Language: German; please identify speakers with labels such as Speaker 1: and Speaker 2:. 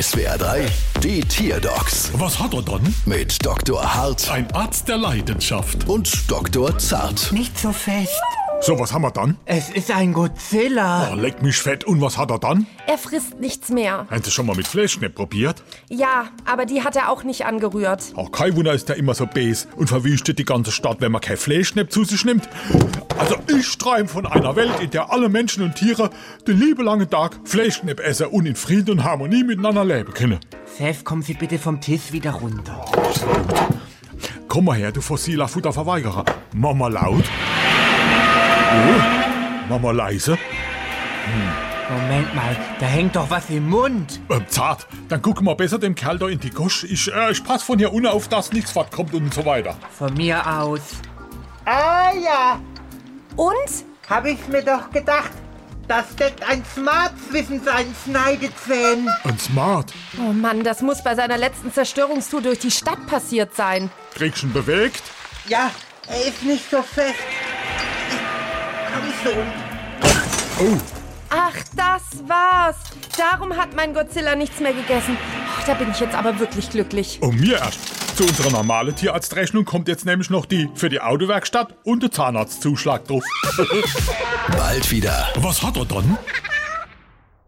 Speaker 1: SWR 3, die Tierdocs
Speaker 2: Was hat er dann?
Speaker 1: mit Dr. Hart
Speaker 2: Ein Arzt der Leidenschaft.
Speaker 1: und Dr. Zart.
Speaker 3: Nicht so fest.
Speaker 2: So, was haben wir dann?
Speaker 3: Es ist ein Godzilla.
Speaker 2: Ah, leck mich fett. Und was hat er dann?
Speaker 4: Er frisst nichts mehr.
Speaker 2: Haben Sie schon mal mit Fleischknepp probiert?
Speaker 4: Ja, aber die hat er auch nicht angerührt.
Speaker 2: Ah, kein Wunder ist er immer so bes und verwüstet die ganze Stadt, wenn man kein Fleischknepp zu sich nimmt. Also ich träum von einer Welt, in der alle Menschen und Tiere den lieben langen Tag Fleischknepp essen und in Frieden und Harmonie miteinander leben können.
Speaker 3: Seth, kommen Sie bitte vom Tisch wieder runter.
Speaker 2: Komm mal her, du fossiler Futterverweigerer. Mama laut. Oh, Mama leise.
Speaker 3: Moment mal, da hängt doch was im Mund.
Speaker 2: Ähm, zart, dann guck mal besser dem Kerl da in die Gosch. Ich, äh, ich pass von hier unten auf, dass nichts fortkommt und so weiter.
Speaker 3: Von mir aus.
Speaker 5: Ah ja,
Speaker 4: Und?
Speaker 5: hab ich mir doch gedacht. Da steckt ein Smart zwischen seinen Schneidezähnen.
Speaker 2: Und smart.
Speaker 4: Oh Mann, das muss bei seiner letzten Zerstörungstour durch die Stadt passiert sein.
Speaker 2: Kriegst ihn bewegt.
Speaker 5: Ja, er ist nicht so fest. Komm um. schon.
Speaker 2: Oh,
Speaker 4: Ach, das war's. Darum hat mein Godzilla nichts mehr gegessen. Ach, da bin ich jetzt aber wirklich glücklich.
Speaker 2: um mir erst. Zu unserer normalen Tierarztrechnung kommt jetzt nämlich noch die für die Autowerkstatt und der Zahnarztzuschlag drauf.
Speaker 1: Bald wieder.
Speaker 2: Was hat er dann?